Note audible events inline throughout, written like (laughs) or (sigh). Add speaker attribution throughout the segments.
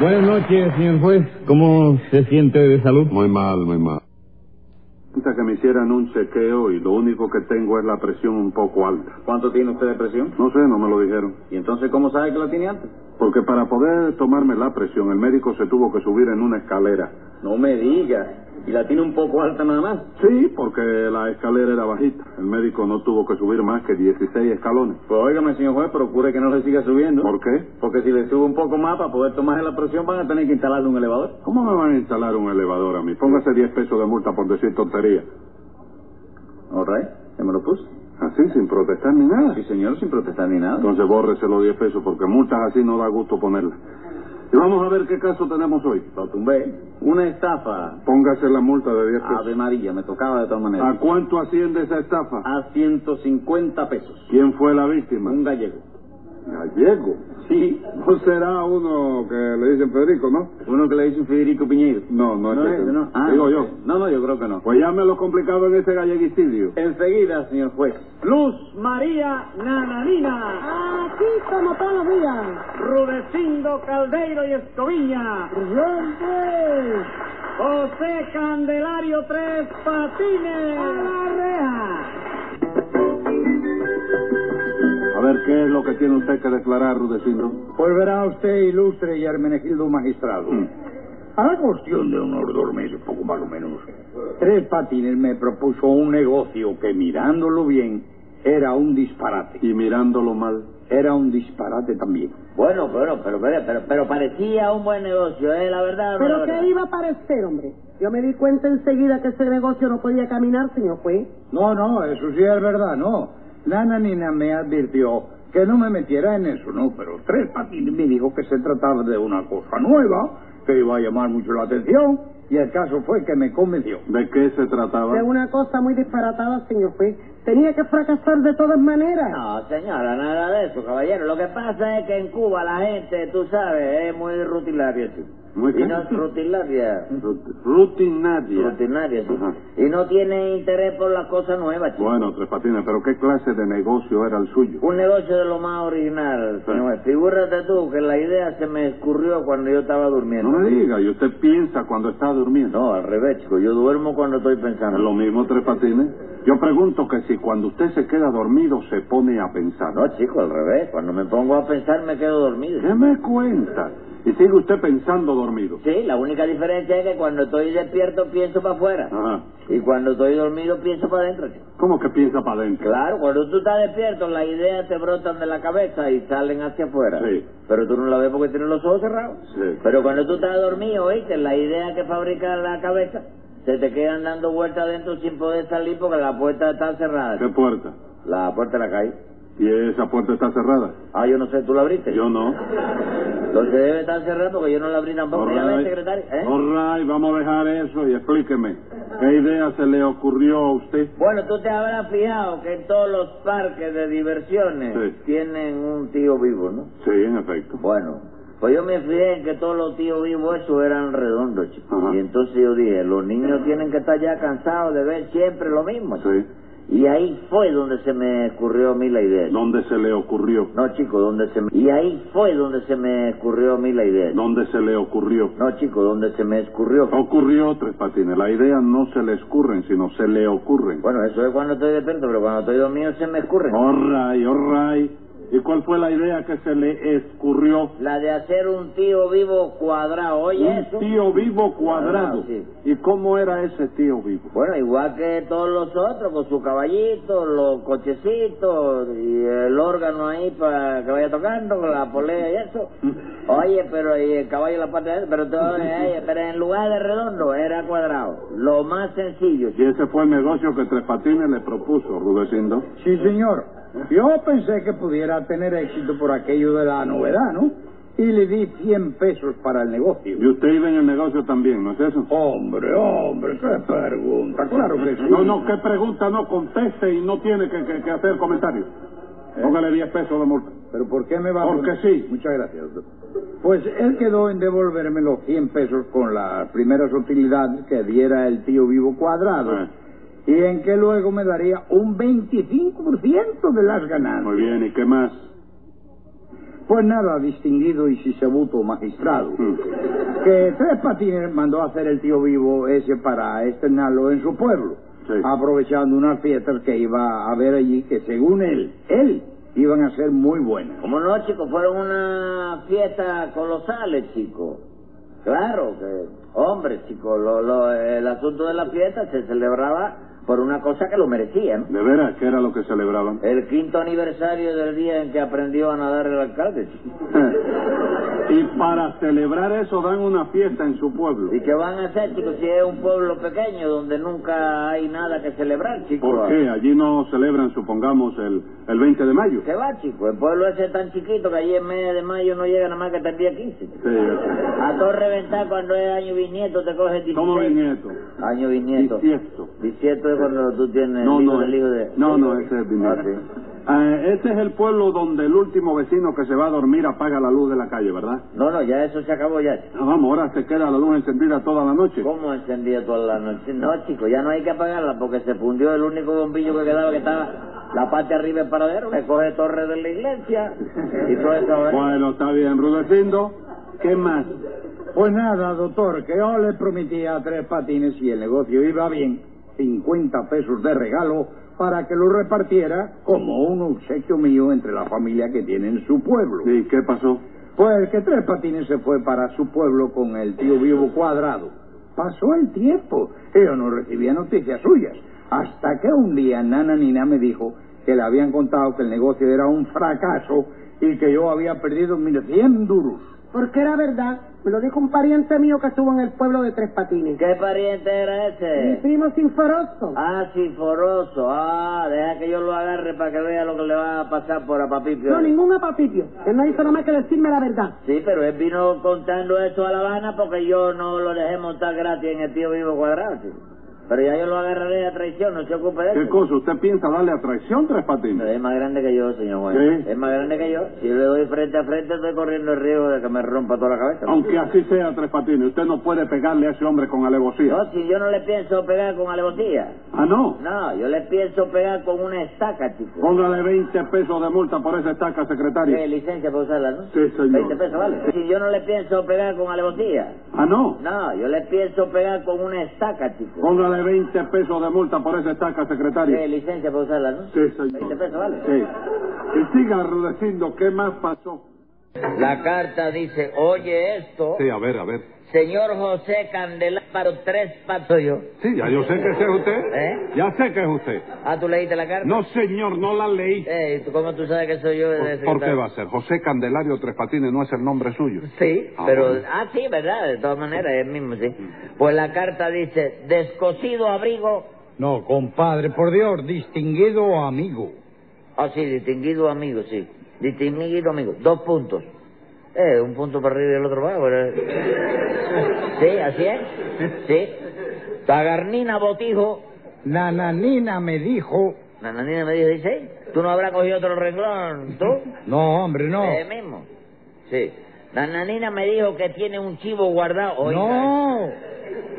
Speaker 1: Buenas noches, señor juez. ¿Cómo se siente de salud?
Speaker 2: Muy mal, muy mal.
Speaker 3: Resulta que me hicieran un chequeo y lo único que tengo es la presión un poco alta.
Speaker 4: ¿Cuánto tiene usted de presión?
Speaker 3: No sé, no me lo dijeron.
Speaker 4: ¿Y entonces cómo sabe que la tiene antes?
Speaker 3: Porque para poder tomarme la presión, el médico se tuvo que subir en una escalera.
Speaker 4: No me diga. ¿Y la tiene un poco alta nada más?
Speaker 3: Sí, porque la escalera era bajita. El médico no tuvo que subir más que 16 escalones.
Speaker 4: Pues óigame, señor juez, procure que no le siga subiendo.
Speaker 3: ¿Por qué?
Speaker 4: Porque si le sube un poco más para poder tomarse la presión van a tener que instalarle un elevador.
Speaker 3: ¿Cómo me van a instalar un elevador a mí? Póngase 10 pesos de multa por decir tontería.
Speaker 4: All right, se me lo puso.
Speaker 3: Así, sin protestar ni nada.
Speaker 4: Sí, señor, sin protestar ni nada.
Speaker 3: Entonces bórrese los 10 pesos porque multas así no da gusto ponerlas. Y vamos a ver qué caso tenemos hoy.
Speaker 4: Lo tumbé. Una estafa.
Speaker 3: Póngase la multa de 10 pesos.
Speaker 4: Ave María, me tocaba de todas
Speaker 3: ¿A
Speaker 4: maneras.
Speaker 3: cuánto asciende esa estafa?
Speaker 4: A 150 pesos.
Speaker 3: ¿Quién fue la víctima?
Speaker 4: Un gallego.
Speaker 3: Gallego.
Speaker 4: Sí.
Speaker 3: No será uno que le dicen Federico, ¿no?
Speaker 4: Uno que le dicen Federico Piñeiro.
Speaker 3: No, no es ese.
Speaker 5: Este,
Speaker 4: ese, no. Ah,
Speaker 3: Digo
Speaker 4: no
Speaker 3: yo.
Speaker 4: sé. No, no, yo creo que no.
Speaker 3: Pues ya me lo complicado en ese galleguicidio.
Speaker 4: Enseguida, señor juez. Luz María Nananina,
Speaker 6: Aquí como todos los días.
Speaker 4: Rudecindo Caldeiro y Escoviña,
Speaker 6: ¡Siempre!
Speaker 4: José Candelario Tres Patines.
Speaker 3: A ver, ¿qué es lo que tiene usted que declarar, Rudecindo? Mm.
Speaker 7: Pues verá usted, ilustre y armenegildo magistrado. A la cuestión de unos dos meses, poco más o menos, Tres Patines me propuso un negocio que mirándolo bien era un disparate.
Speaker 3: Y mirándolo mal.
Speaker 7: Era un disparate también.
Speaker 5: Bueno, pero, pero, pero, pero, pero parecía un buen negocio, ¿eh? La verdad, la
Speaker 6: ¿Pero
Speaker 5: verdad.
Speaker 6: qué iba a parecer, hombre? Yo me di cuenta enseguida que ese negocio no podía caminar, señor juez.
Speaker 7: No, no, eso sí es verdad, no. Nana Nina me advirtió que no me metiera en eso, no, pero Tres Patines me dijo que se trataba de una cosa nueva, que iba a llamar mucho la atención, y el caso fue que me convenció.
Speaker 3: ¿De qué se
Speaker 4: Ah.
Speaker 3: trataba?
Speaker 6: De una cosa muy disparatada, señor juez. Tenía que fracasar de todas maneras.
Speaker 4: Ah.
Speaker 5: No, señora, nada de eso, caballero. Lo que pasa es que en Cuba la gente, tú sabes, es muy rutinaria, sí.
Speaker 3: Muy
Speaker 5: y
Speaker 3: qué?
Speaker 5: no
Speaker 7: (laughs)
Speaker 5: es rutinaria.
Speaker 3: Rut- Rutinaria.
Speaker 5: Rutinaria, sí.
Speaker 3: Ajá.
Speaker 5: Y no tiene interés por las cosas nuevas, chico.
Speaker 3: Bueno, Tres Patines, pero ¿qué clase de negocio era el suyo?
Speaker 5: Un negocio de lo más original,
Speaker 3: Sí.
Speaker 5: señor. Figúrate tú que la idea se me escurrió cuando yo estaba
Speaker 3: No
Speaker 5: durmiendo.
Speaker 3: me diga, y usted piensa cuando está durmiendo.
Speaker 5: No, al revés, chico. Yo duermo cuando estoy pensando.
Speaker 3: Es lo mismo, Tres Patines. Yo pregunto que si cuando usted se queda dormido se pone a pensar.
Speaker 5: No, chico, al revés. Cuando me pongo a pensar me quedo dormido.
Speaker 3: ¿Qué me cuenta? Y sigue usted pensando dormido.
Speaker 5: Sí, la única diferencia es que cuando estoy despierto pienso para afuera.
Speaker 3: Ajá.
Speaker 5: Y cuando estoy dormido pienso para adentro. chico.
Speaker 3: ¿Cómo que piensa para adentro?
Speaker 5: Claro, cuando tú estás despierto las ideas te brotan de la cabeza y salen hacia afuera.
Speaker 3: Sí.
Speaker 5: Pero tú no la ves porque tienes los ojos cerrados.
Speaker 3: Sí.
Speaker 5: Pero cuando tú estás dormido, oíste, la idea que fabrica la cabeza se te quedan dando vueltas adentro sin poder salir porque la puerta está cerrada.
Speaker 3: ¿Qué puerta?
Speaker 5: La puerta de la calle.
Speaker 3: ¿Y esa puerta está cerrada?
Speaker 5: Ah, yo no sé, ¿tú la abriste?
Speaker 3: Yo no.
Speaker 5: Entonces debe estar cerrada porque yo no la abrí tampoco.
Speaker 3: All
Speaker 5: Ya ves,
Speaker 3: right.
Speaker 5: secretario, ¿eh?
Speaker 3: All right, vamos a dejar eso y explíqueme. ¿Qué idea se le ocurrió a usted?
Speaker 5: Bueno, tú te habrás fijado que en todos los parques de diversiones
Speaker 3: Sí.
Speaker 5: tienen un tío vivo, ¿no?
Speaker 3: Sí, en efecto.
Speaker 5: Bueno, pues yo me fijé en que todos los tíos vivos esos eran redondos, chicos.
Speaker 3: Ajá.
Speaker 5: Y entonces yo dije, los niños tienen que estar ya cansados de ver siempre lo mismo. chico.
Speaker 3: Sí.
Speaker 5: Y ahí fue donde se me ocurrió a mí la idea. chico.
Speaker 3: ¿Dónde se le ocurrió?
Speaker 5: No, chico, donde se me... Y ahí fue donde se me ocurrió a mí la idea. chico.
Speaker 3: ¿Dónde se le ocurrió?
Speaker 5: No, chico, donde se me escurrió.
Speaker 3: Ocurrió, Tres Patines. La idea no se le escurren, sino se le ocurren.
Speaker 5: Bueno, eso es cuando estoy despierto, pero cuando estoy dormido se me escurre.
Speaker 3: All right, all right. ¿Y cuál fue la idea que se le escurrió?
Speaker 5: La de hacer un tío vivo cuadrado, oye eso.
Speaker 3: Un tío vivo cuadrado.
Speaker 5: Ah, sí.
Speaker 3: ¿Y cómo era ese tío vivo?
Speaker 5: Bueno, igual que todos los otros, con su caballito, los cochecitos y el órgano ahí para que vaya tocando, con la polea y eso. Oye, pero y el caballo en la parte de adentro, pero, todo,
Speaker 3: (laughs)
Speaker 5: eh, pero en lugar de redondo era cuadrado. Lo más sencillo.
Speaker 3: Y ese fue el negocio que Tres Patines le propuso, Rudecindo.
Speaker 7: Sí, señor. Yo pensé que pudiera tener éxito por aquello de la novedad, ¿no? Y le di 100 pesos para el
Speaker 3: Y
Speaker 7: negocio.
Speaker 3: usted iba en el negocio también, ¿no es eso?
Speaker 5: Oh,
Speaker 7: Hombre, hombre, qué pregunta. Claro que sí.
Speaker 3: No, no, qué pregunta, no conteste y no tiene que, que- que hacer comentarios. Póngale 10 pesos de multa.
Speaker 7: ¿Pero por qué me va a...
Speaker 3: Porque sí.
Speaker 7: Muchas gracias, doctor. Pues él quedó en devolverme los 100 pesos con las primeras utilidades que diera el tío vivo cuadrado.
Speaker 3: Eh,
Speaker 7: Y en que luego me daría un 25% de las ganancias.
Speaker 3: Muy bien, ¿y qué más?
Speaker 7: Pues nada, distinguido y sisebuto magistrado, que Tres Patines mandó a hacer el tío vivo ese para estrenarlo en su pueblo,
Speaker 3: Sí.
Speaker 7: Ah. aprovechando unas fiestas que iba a haber allí que según él, él, iban a ser muy buenas.
Speaker 5: Como no, chicos, fueron una fiesta colosales, chicos. Claro, que, hombre, chicos, lo- lo- el asunto de la fiesta se celebraba por una cosa que lo merecía, ¿no?
Speaker 3: ¿De veras qué era lo que celebraban?
Speaker 5: El quinto aniversario del día en que aprendió a nadar el alcalde, chico.
Speaker 3: (laughs) y para celebrar eso dan una fiesta en su pueblo.
Speaker 5: ¿Y qué van a hacer, chicos, si es un pueblo pequeño donde nunca hay nada que celebrar, chicos?
Speaker 3: ¿Por qué? Allí no celebran, supongamos, el, el 20 de mayo.
Speaker 5: Se va, chico. El pueblo ese es tan chiquito que allí en mes de mayo no llega nada más que hasta el día 15. chico.
Speaker 3: Sí,
Speaker 5: A todo reventar cuando es año bisnieto te coges 16.
Speaker 3: ¿Cómo bisnieto?
Speaker 5: Año bisnieto.
Speaker 3: Bisiesto.
Speaker 5: Bisieto es cuando tú tienes el hijo del hijo de...
Speaker 3: no, no, ese es bisnieto.
Speaker 5: Ah, sí.
Speaker 3: Ah, este es el pueblo donde el último vecino que se va a dormir apaga la luz de la calle, ¿verdad?
Speaker 5: No, no, ya eso se acabó ya. chico.
Speaker 3: Ah, vamos, ahora se queda la luz encendida toda la noche.
Speaker 5: ¿Cómo encendía toda la noche? No, chico, ya no hay que apagarla porque se fundió el único bombillo que quedaba que estaba la parte de arriba del paradero, que coge torre de la iglesia y todo eso.
Speaker 3: (laughs)
Speaker 5: ¿eh?
Speaker 3: Bueno, está bien, Rudecindo. ¿Qué más?
Speaker 7: Pues nada, doctor, que yo le prometí a Tres Patines y el negocio iba bien, 50 pesos de regalo para que lo repartiera como un obsequio mío entre la familia que tiene en su pueblo.
Speaker 3: ¿Y qué pasó?
Speaker 7: Pues que Tres Patines se fue para su pueblo con el tío vivo cuadrado. Pasó el tiempo. Yo no recibía noticias suyas. Hasta que un día Nana Nina me dijo que le habían contado que el negocio era un fracaso y que yo había perdido, mire, 100 duros.
Speaker 6: Porque era verdad, me lo dijo un pariente mío que estuvo en el pueblo de Tres Patines.
Speaker 5: ¿Qué pariente era
Speaker 6: Mi
Speaker 5: ese?
Speaker 6: primo Sinforoso.
Speaker 5: Ah, Sinforoso. Ah, deja que yo lo agarre para que vea lo que le va a pasar por a Papipio.
Speaker 6: No, ningún apatipio. Él no hizo nada más que decirme la verdad.
Speaker 5: Sí, pero él vino contando eso a La Habana porque yo no lo dejé montar gratis en el tío vivo cuadrado. chico. Pero ya yo lo agarraré a traición, no se ocupe de eso.
Speaker 3: ¿Qué cosa? ¿Usted piensa darle atracción, Tres
Speaker 5: No,
Speaker 3: Patines?
Speaker 5: es más grande que yo, señor juez.
Speaker 3: ¿Sí?
Speaker 5: Es más grande que yo. Si yo le doy frente a frente, estoy corriendo el riesgo de que me rompa toda la cabeza.
Speaker 3: Aunque así sea, Tres Patines, usted no puede pegarle a ese hombre con alevosía.
Speaker 5: No, si yo no le pienso pegar con alevosía.
Speaker 3: Ah, no.
Speaker 5: No, yo le pienso pegar con una estaca, chico.
Speaker 3: Póngale 20 pesos de multa por esa estaca,
Speaker 5: ¿Qué
Speaker 3: secretario.
Speaker 5: licencia para usarla, no?
Speaker 3: Sí, señor.
Speaker 5: 20 pesos, vale. Si yo no le pienso pegar con alevosía.
Speaker 3: Ah, no.
Speaker 5: No, yo le pienso pegar con una estaca, chico.
Speaker 3: Póngale 20 pesos de multa por esa estaca, secretario.
Speaker 5: ¿Qué licencia para usarla, no?
Speaker 3: Sí,
Speaker 5: 20
Speaker 3: señor.
Speaker 5: Eh, pesos, vale.
Speaker 3: Sí. Y siga Rudecindo, ¿qué más pasó?
Speaker 5: La carta dice, oye esto,
Speaker 2: Sí, a ver, a ver.
Speaker 5: señor José Candelaro, tres patos yo.
Speaker 2: Sí, ya yo sé que ese es usted.
Speaker 5: ¿Eh?
Speaker 2: Ya sé que es usted.
Speaker 5: Ah, ¿tú leíste la carta?
Speaker 2: No, señor, no la leí.
Speaker 5: Eh, ¿tú- ¿Cómo tú sabes que soy yo?
Speaker 2: ¿Por, por qué va a ser? José Candelario Tres Patines no es el nombre suyo.
Speaker 5: Sí,
Speaker 2: Ah,
Speaker 5: pero...
Speaker 2: bueno.
Speaker 5: Ah, sí, verdad, de todas maneras, es el mismo, sí. Pues la carta dice, descosido abrigo,
Speaker 8: No, compadre, por Dios, distinguido amigo.
Speaker 5: ah, sí, distinguido amigo, sí. Distinguido amigo, dos puntos. Eh, un punto para arriba y el otro para abajo. ¿verdad? Sí, así es, sí. Tagarnina Botijo,
Speaker 8: Nananina me dijo...
Speaker 5: Nananina me dice, dice, "Ey, tú no habrás cogido otro renglón, tú.
Speaker 8: No, hombre, no.
Speaker 5: Eh, mismo, sí. Nananina me dijo que tiene un chivo guardado. Oiga,
Speaker 8: No,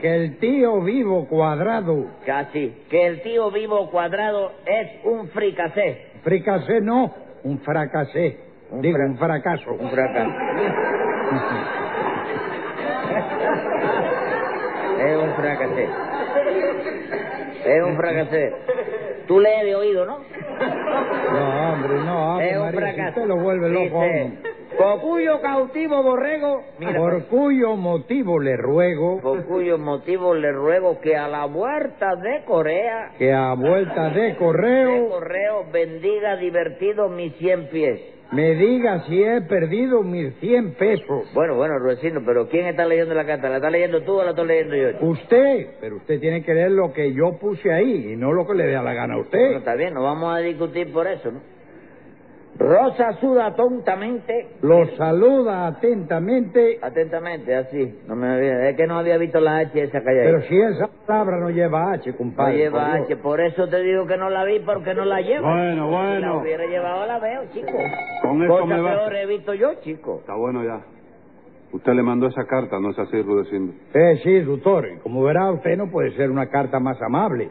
Speaker 8: que el tío vivo cuadrado.
Speaker 5: Casi. Que el tío vivo cuadrado es un fricasé.
Speaker 8: Fricasé no, un fracasé.
Speaker 5: Un
Speaker 8: Digo,
Speaker 5: fra-
Speaker 8: un fracaso.
Speaker 5: Un fracasé. es un fracasé. Es un fracasé. Tú lees de oído, ¿no?
Speaker 8: No, hombre, no,
Speaker 5: es
Speaker 8: hombre,
Speaker 5: Eh, un
Speaker 8: Ah, María, si
Speaker 5: fracasé.
Speaker 8: usted lo vuelve loco.
Speaker 5: Dice,
Speaker 8: hombre.
Speaker 5: Por cuyo cautivo borrego... Mira, pues.
Speaker 8: por cuyo motivo le ruego
Speaker 5: por cuyo motivo le ruego que a la huerta de Corea...
Speaker 8: que a vuelta de
Speaker 5: De
Speaker 8: correo
Speaker 5: correo bendiga divertido mis cien pies.
Speaker 8: me diga si he perdido mis 100 pesos.
Speaker 5: Bueno, bueno, Ruecino, pero ¿quién está leyendo la carta? ¿La está leyendo tú o la estoy leyendo yo?
Speaker 8: Usted, pero usted tiene que leer lo que yo puse ahí y no lo que le dé la gana a usted.
Speaker 5: Bueno, está bien, no vamos a discutir por eso, ¿no? Rosa suda tontamente.
Speaker 8: Lo saluda atentamente,
Speaker 5: Atentamente, así. No me había- es que no había visto la H esa que hay ahí.
Speaker 8: pero si esa palabra no lleva H,
Speaker 5: no
Speaker 8: compadre.
Speaker 5: lleva
Speaker 8: por Dios.
Speaker 5: H, por eso te digo que no la vi, porque no la llevo.
Speaker 1: Bueno,
Speaker 5: Si la
Speaker 1: bueno.
Speaker 5: hubiera llevado, la veo, chico.
Speaker 1: Con esto
Speaker 5: Cosa
Speaker 1: me basta.
Speaker 5: peor he visto yo, chico.
Speaker 2: Está Ah, bueno ya. Usted le mandó esa carta, ¿no es así, Rudecindo?
Speaker 8: Eh, Sí, sí, doctor. y Como verá, usted no puede ser una carta más amable.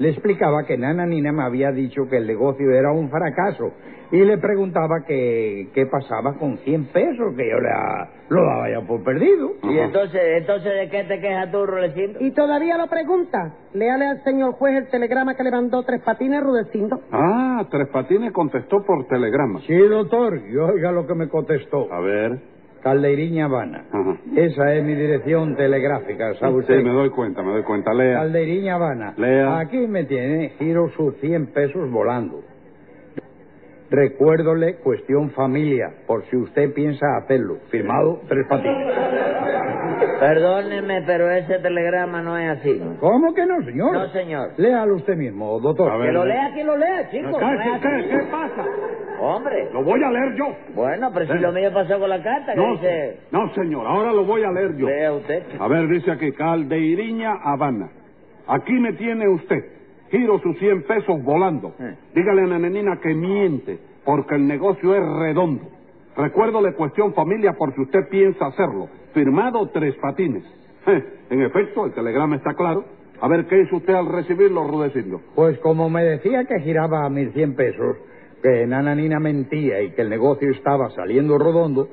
Speaker 8: le explicaba que Nana Nina me había dicho que el negocio era un fracaso y le preguntaba que qué pasaba con 100 pesos que yo le a- lo daba ya por perdido.
Speaker 5: Y entonces, entonces ¿de qué te quejas tú, Rudecindo?
Speaker 6: Y todavía lo pregunta. Léale al señor juez el telegrama que le mandó Tres Patines Rudecindo.
Speaker 2: Ah, Tres Patines contestó por telegrama.
Speaker 8: Sí, doctor, y oiga lo que me contestó.
Speaker 2: A ver.
Speaker 8: Calderiña Habana.
Speaker 2: Ajá.
Speaker 8: Esa es mi dirección telegráfica, ¿sabe
Speaker 2: Sí,
Speaker 8: usted?
Speaker 2: me doy cuenta, me doy cuenta. Lea.
Speaker 8: Calderiña Habana.
Speaker 2: Lea.
Speaker 8: Aquí me tiene, giro sus 100 pesos volando. Recuérdole cuestión familia, por si usted piensa hacerlo. Firmado Tres Patines.
Speaker 5: Perdóneme, pero ese telegrama no es así.
Speaker 8: ¿Cómo que no, señor?
Speaker 5: No, señor.
Speaker 8: Léalo usted mismo, doctor.
Speaker 2: A ver.
Speaker 5: Que lo lea, que lo lea, chico.
Speaker 2: ¿Qué,
Speaker 5: no es así.
Speaker 2: pasa?
Speaker 5: Hombre.
Speaker 2: Lo voy a leer yo.
Speaker 5: Bueno, pero si lo mío pasó con la carta, que
Speaker 2: Eh. No,
Speaker 5: dice...
Speaker 2: no, señor, ahora lo voy a leer yo.
Speaker 5: Lea usted.
Speaker 2: A ver, dice aquí, Caldeiriña Habana. Aquí me tiene usted. Giro sus 100 pesos volando.
Speaker 5: Eh.
Speaker 2: Dígale a la nenina que miente, porque el negocio es redondo. Recuérdole cuestión familia por si usted piensa hacerlo. Firmado Tres Patines. Eh, en efecto, el telegrama está claro. A ver, ¿qué hizo usted al recibirlo, Rudecindo?
Speaker 8: Pues como me decía que giraba a mil cien pesos, que Nana Nina mentía y que el negocio estaba saliendo redondo,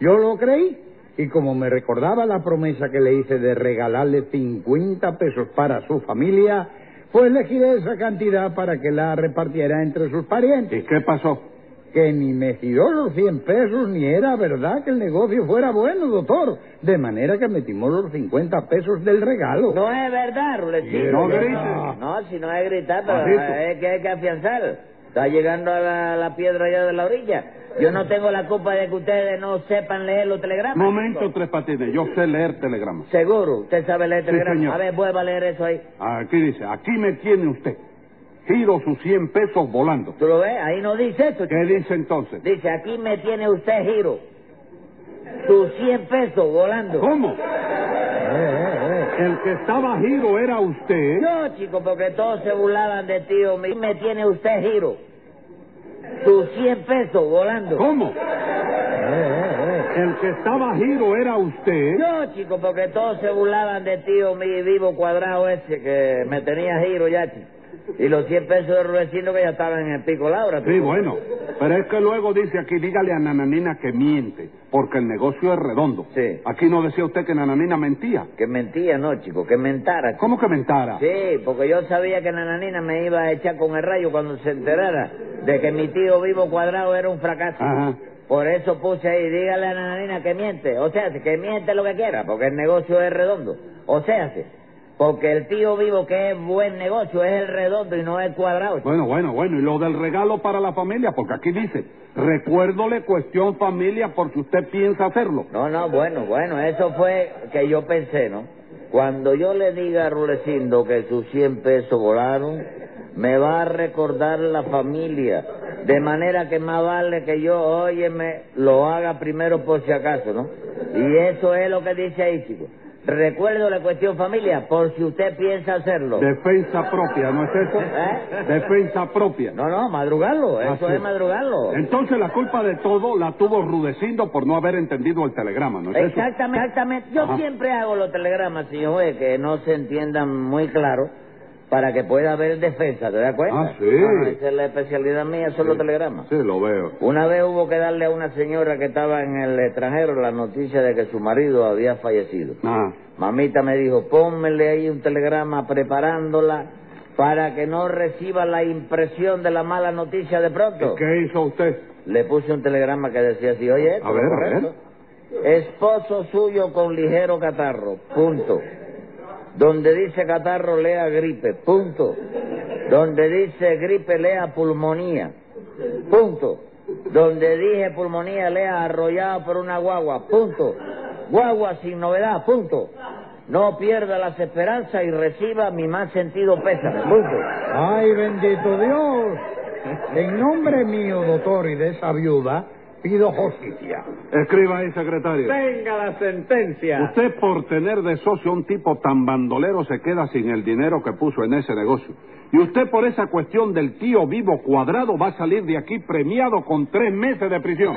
Speaker 8: yo lo creí. Y como me recordaba la promesa que le hice de regalarle 50 pesos para su familia, pues le giré esa cantidad para que la repartiera entre sus
Speaker 2: ¿Y
Speaker 8: parientes.
Speaker 2: qué pasó?
Speaker 8: Que ni me giró los 100 pesos ni era verdad que el negocio fuera bueno, doctor. De manera que me timó los 50 pesos del regalo.
Speaker 5: No es verdad, Rudecindo.
Speaker 2: No grites.
Speaker 5: No, si no es gritar, pero
Speaker 2: Maldito.
Speaker 5: es que hay que afianzar. Está llegando a la, la piedra ya de la orilla. Yo no tengo la culpa de que ustedes no sepan leer los telegramas.
Speaker 2: Momento,
Speaker 5: chico.
Speaker 2: Tres Patines. Yo sé leer telegramas.
Speaker 5: Seguro, usted sabe leer telegramas.
Speaker 2: señor.
Speaker 5: a ver, vuelva a leer eso ahí.
Speaker 2: Aquí dice, aquí me tiene usted. Giro sus 100 pesos volando.
Speaker 5: ¿Tú lo ves? Ahí no dice eso,
Speaker 2: ¿Qué dice entonces?
Speaker 5: Dice, aquí me tiene usted, Giro. Sus 100 pesos volando.
Speaker 2: ¿Cómo?
Speaker 8: Eh,
Speaker 2: El que estaba giro era usted.
Speaker 5: No, chico, porque todos se burlaban de ti. Aquí me tiene usted, Giro. Sus 100 pesos volando.
Speaker 2: ¿Cómo?
Speaker 8: eh,
Speaker 2: El que estaba giro era usted.
Speaker 5: No, chico, porque todos se burlaban de tío mi vivo cuadrado ese que me tenía giro ya, chico. Y los 100 pesos de Rudecindo que ya estaban en el pico Laura.
Speaker 2: Sí,
Speaker 5: chico.
Speaker 2: bueno. Pero es que luego dice aquí, dígale a Nananina que miente, porque el negocio es redondo.
Speaker 5: Sí.
Speaker 2: Aquí no decía usted que Nananina mentía.
Speaker 5: Que mentía, no, chico, que mentara. chico.
Speaker 2: ¿Cómo que mentara?
Speaker 5: Sí, porque yo sabía que Nananina me iba a echar con el rayo cuando se enterara de que mi tío vivo cuadrado era un fracaso.
Speaker 2: Ajá.
Speaker 5: Por eso puse ahí, dígale a Nananina que miente. O sea, que miente lo que quiera, porque el negocio es redondo. O sea, porque el tío vivo que es buen negocio es el redondo y no el cuadrado. chico.
Speaker 2: Bueno, bueno, bueno. Y lo del regalo para la familia, porque aquí dice, recuérdole cuestión familia por si usted piensa hacerlo.
Speaker 5: No, no, bueno, bueno, eso fue que yo pensé, ¿no? Cuando yo le diga a Rulecindo que sus 100 pesos volaron, me va a recordar la familia. De manera que más vale que yo, óyeme, lo haga primero por si acaso, ¿no? Y eso es lo que dice ahí, chico. Recuerdo la cuestión familia, por si usted piensa hacerlo.
Speaker 2: Defensa propia, ¿no es eso?
Speaker 5: ¿Eh?
Speaker 2: Defensa propia.
Speaker 5: No, no, madrugarlo, eso
Speaker 2: Así
Speaker 5: es madrugarlo.
Speaker 2: Entonces la culpa de todo la tuvo Rudecindo por no haber entendido el telegrama, ¿no es eso?
Speaker 5: Exactamente, exactamente. Yo
Speaker 2: Ajá.
Speaker 5: siempre hago los telegramas, señor juez, que no se entiendan muy claro para que pueda haber defensa, ¿te das cuenta?
Speaker 2: Ah, sí.
Speaker 5: No, no, esa es la especialidad mía, son los telegramas.
Speaker 2: Sí, lo veo.
Speaker 5: Una vez hubo que darle a una señora que estaba en el extranjero la noticia de que su marido había fallecido.
Speaker 2: Ah,
Speaker 5: Mamita me dijo, pónmele ahí un telegrama preparándola para que no reciba la impresión de la mala noticia de pronto.
Speaker 2: ¿y qué hizo usted?
Speaker 5: Le puse un telegrama que decía así, oye, esto
Speaker 2: A ver,
Speaker 5: es
Speaker 2: a
Speaker 5: correcto. Esposo suyo con ligero catarro, punto. Donde dice catarro, lea gripe, punto. Donde dice gripe, lea pulmonía, punto. Donde dije pulmonía, lea arrollado por una guagua, punto. Guagua sin novedad, punto. No pierda las esperanzas y reciba mi más sentido pésame, punto.
Speaker 8: ¡Ay, bendito Dios! En nombre mío, doctor, y de esa viuda, pido justicia.
Speaker 2: Escriba ahí, secretario.
Speaker 4: Venga la sentencia.
Speaker 2: Usted por tener de socio a un tipo tan bandolero se queda sin el dinero que puso en ese negocio. Y usted por esa cuestión del tío vivo cuadrado va a salir de aquí premiado con tres meses de prisión.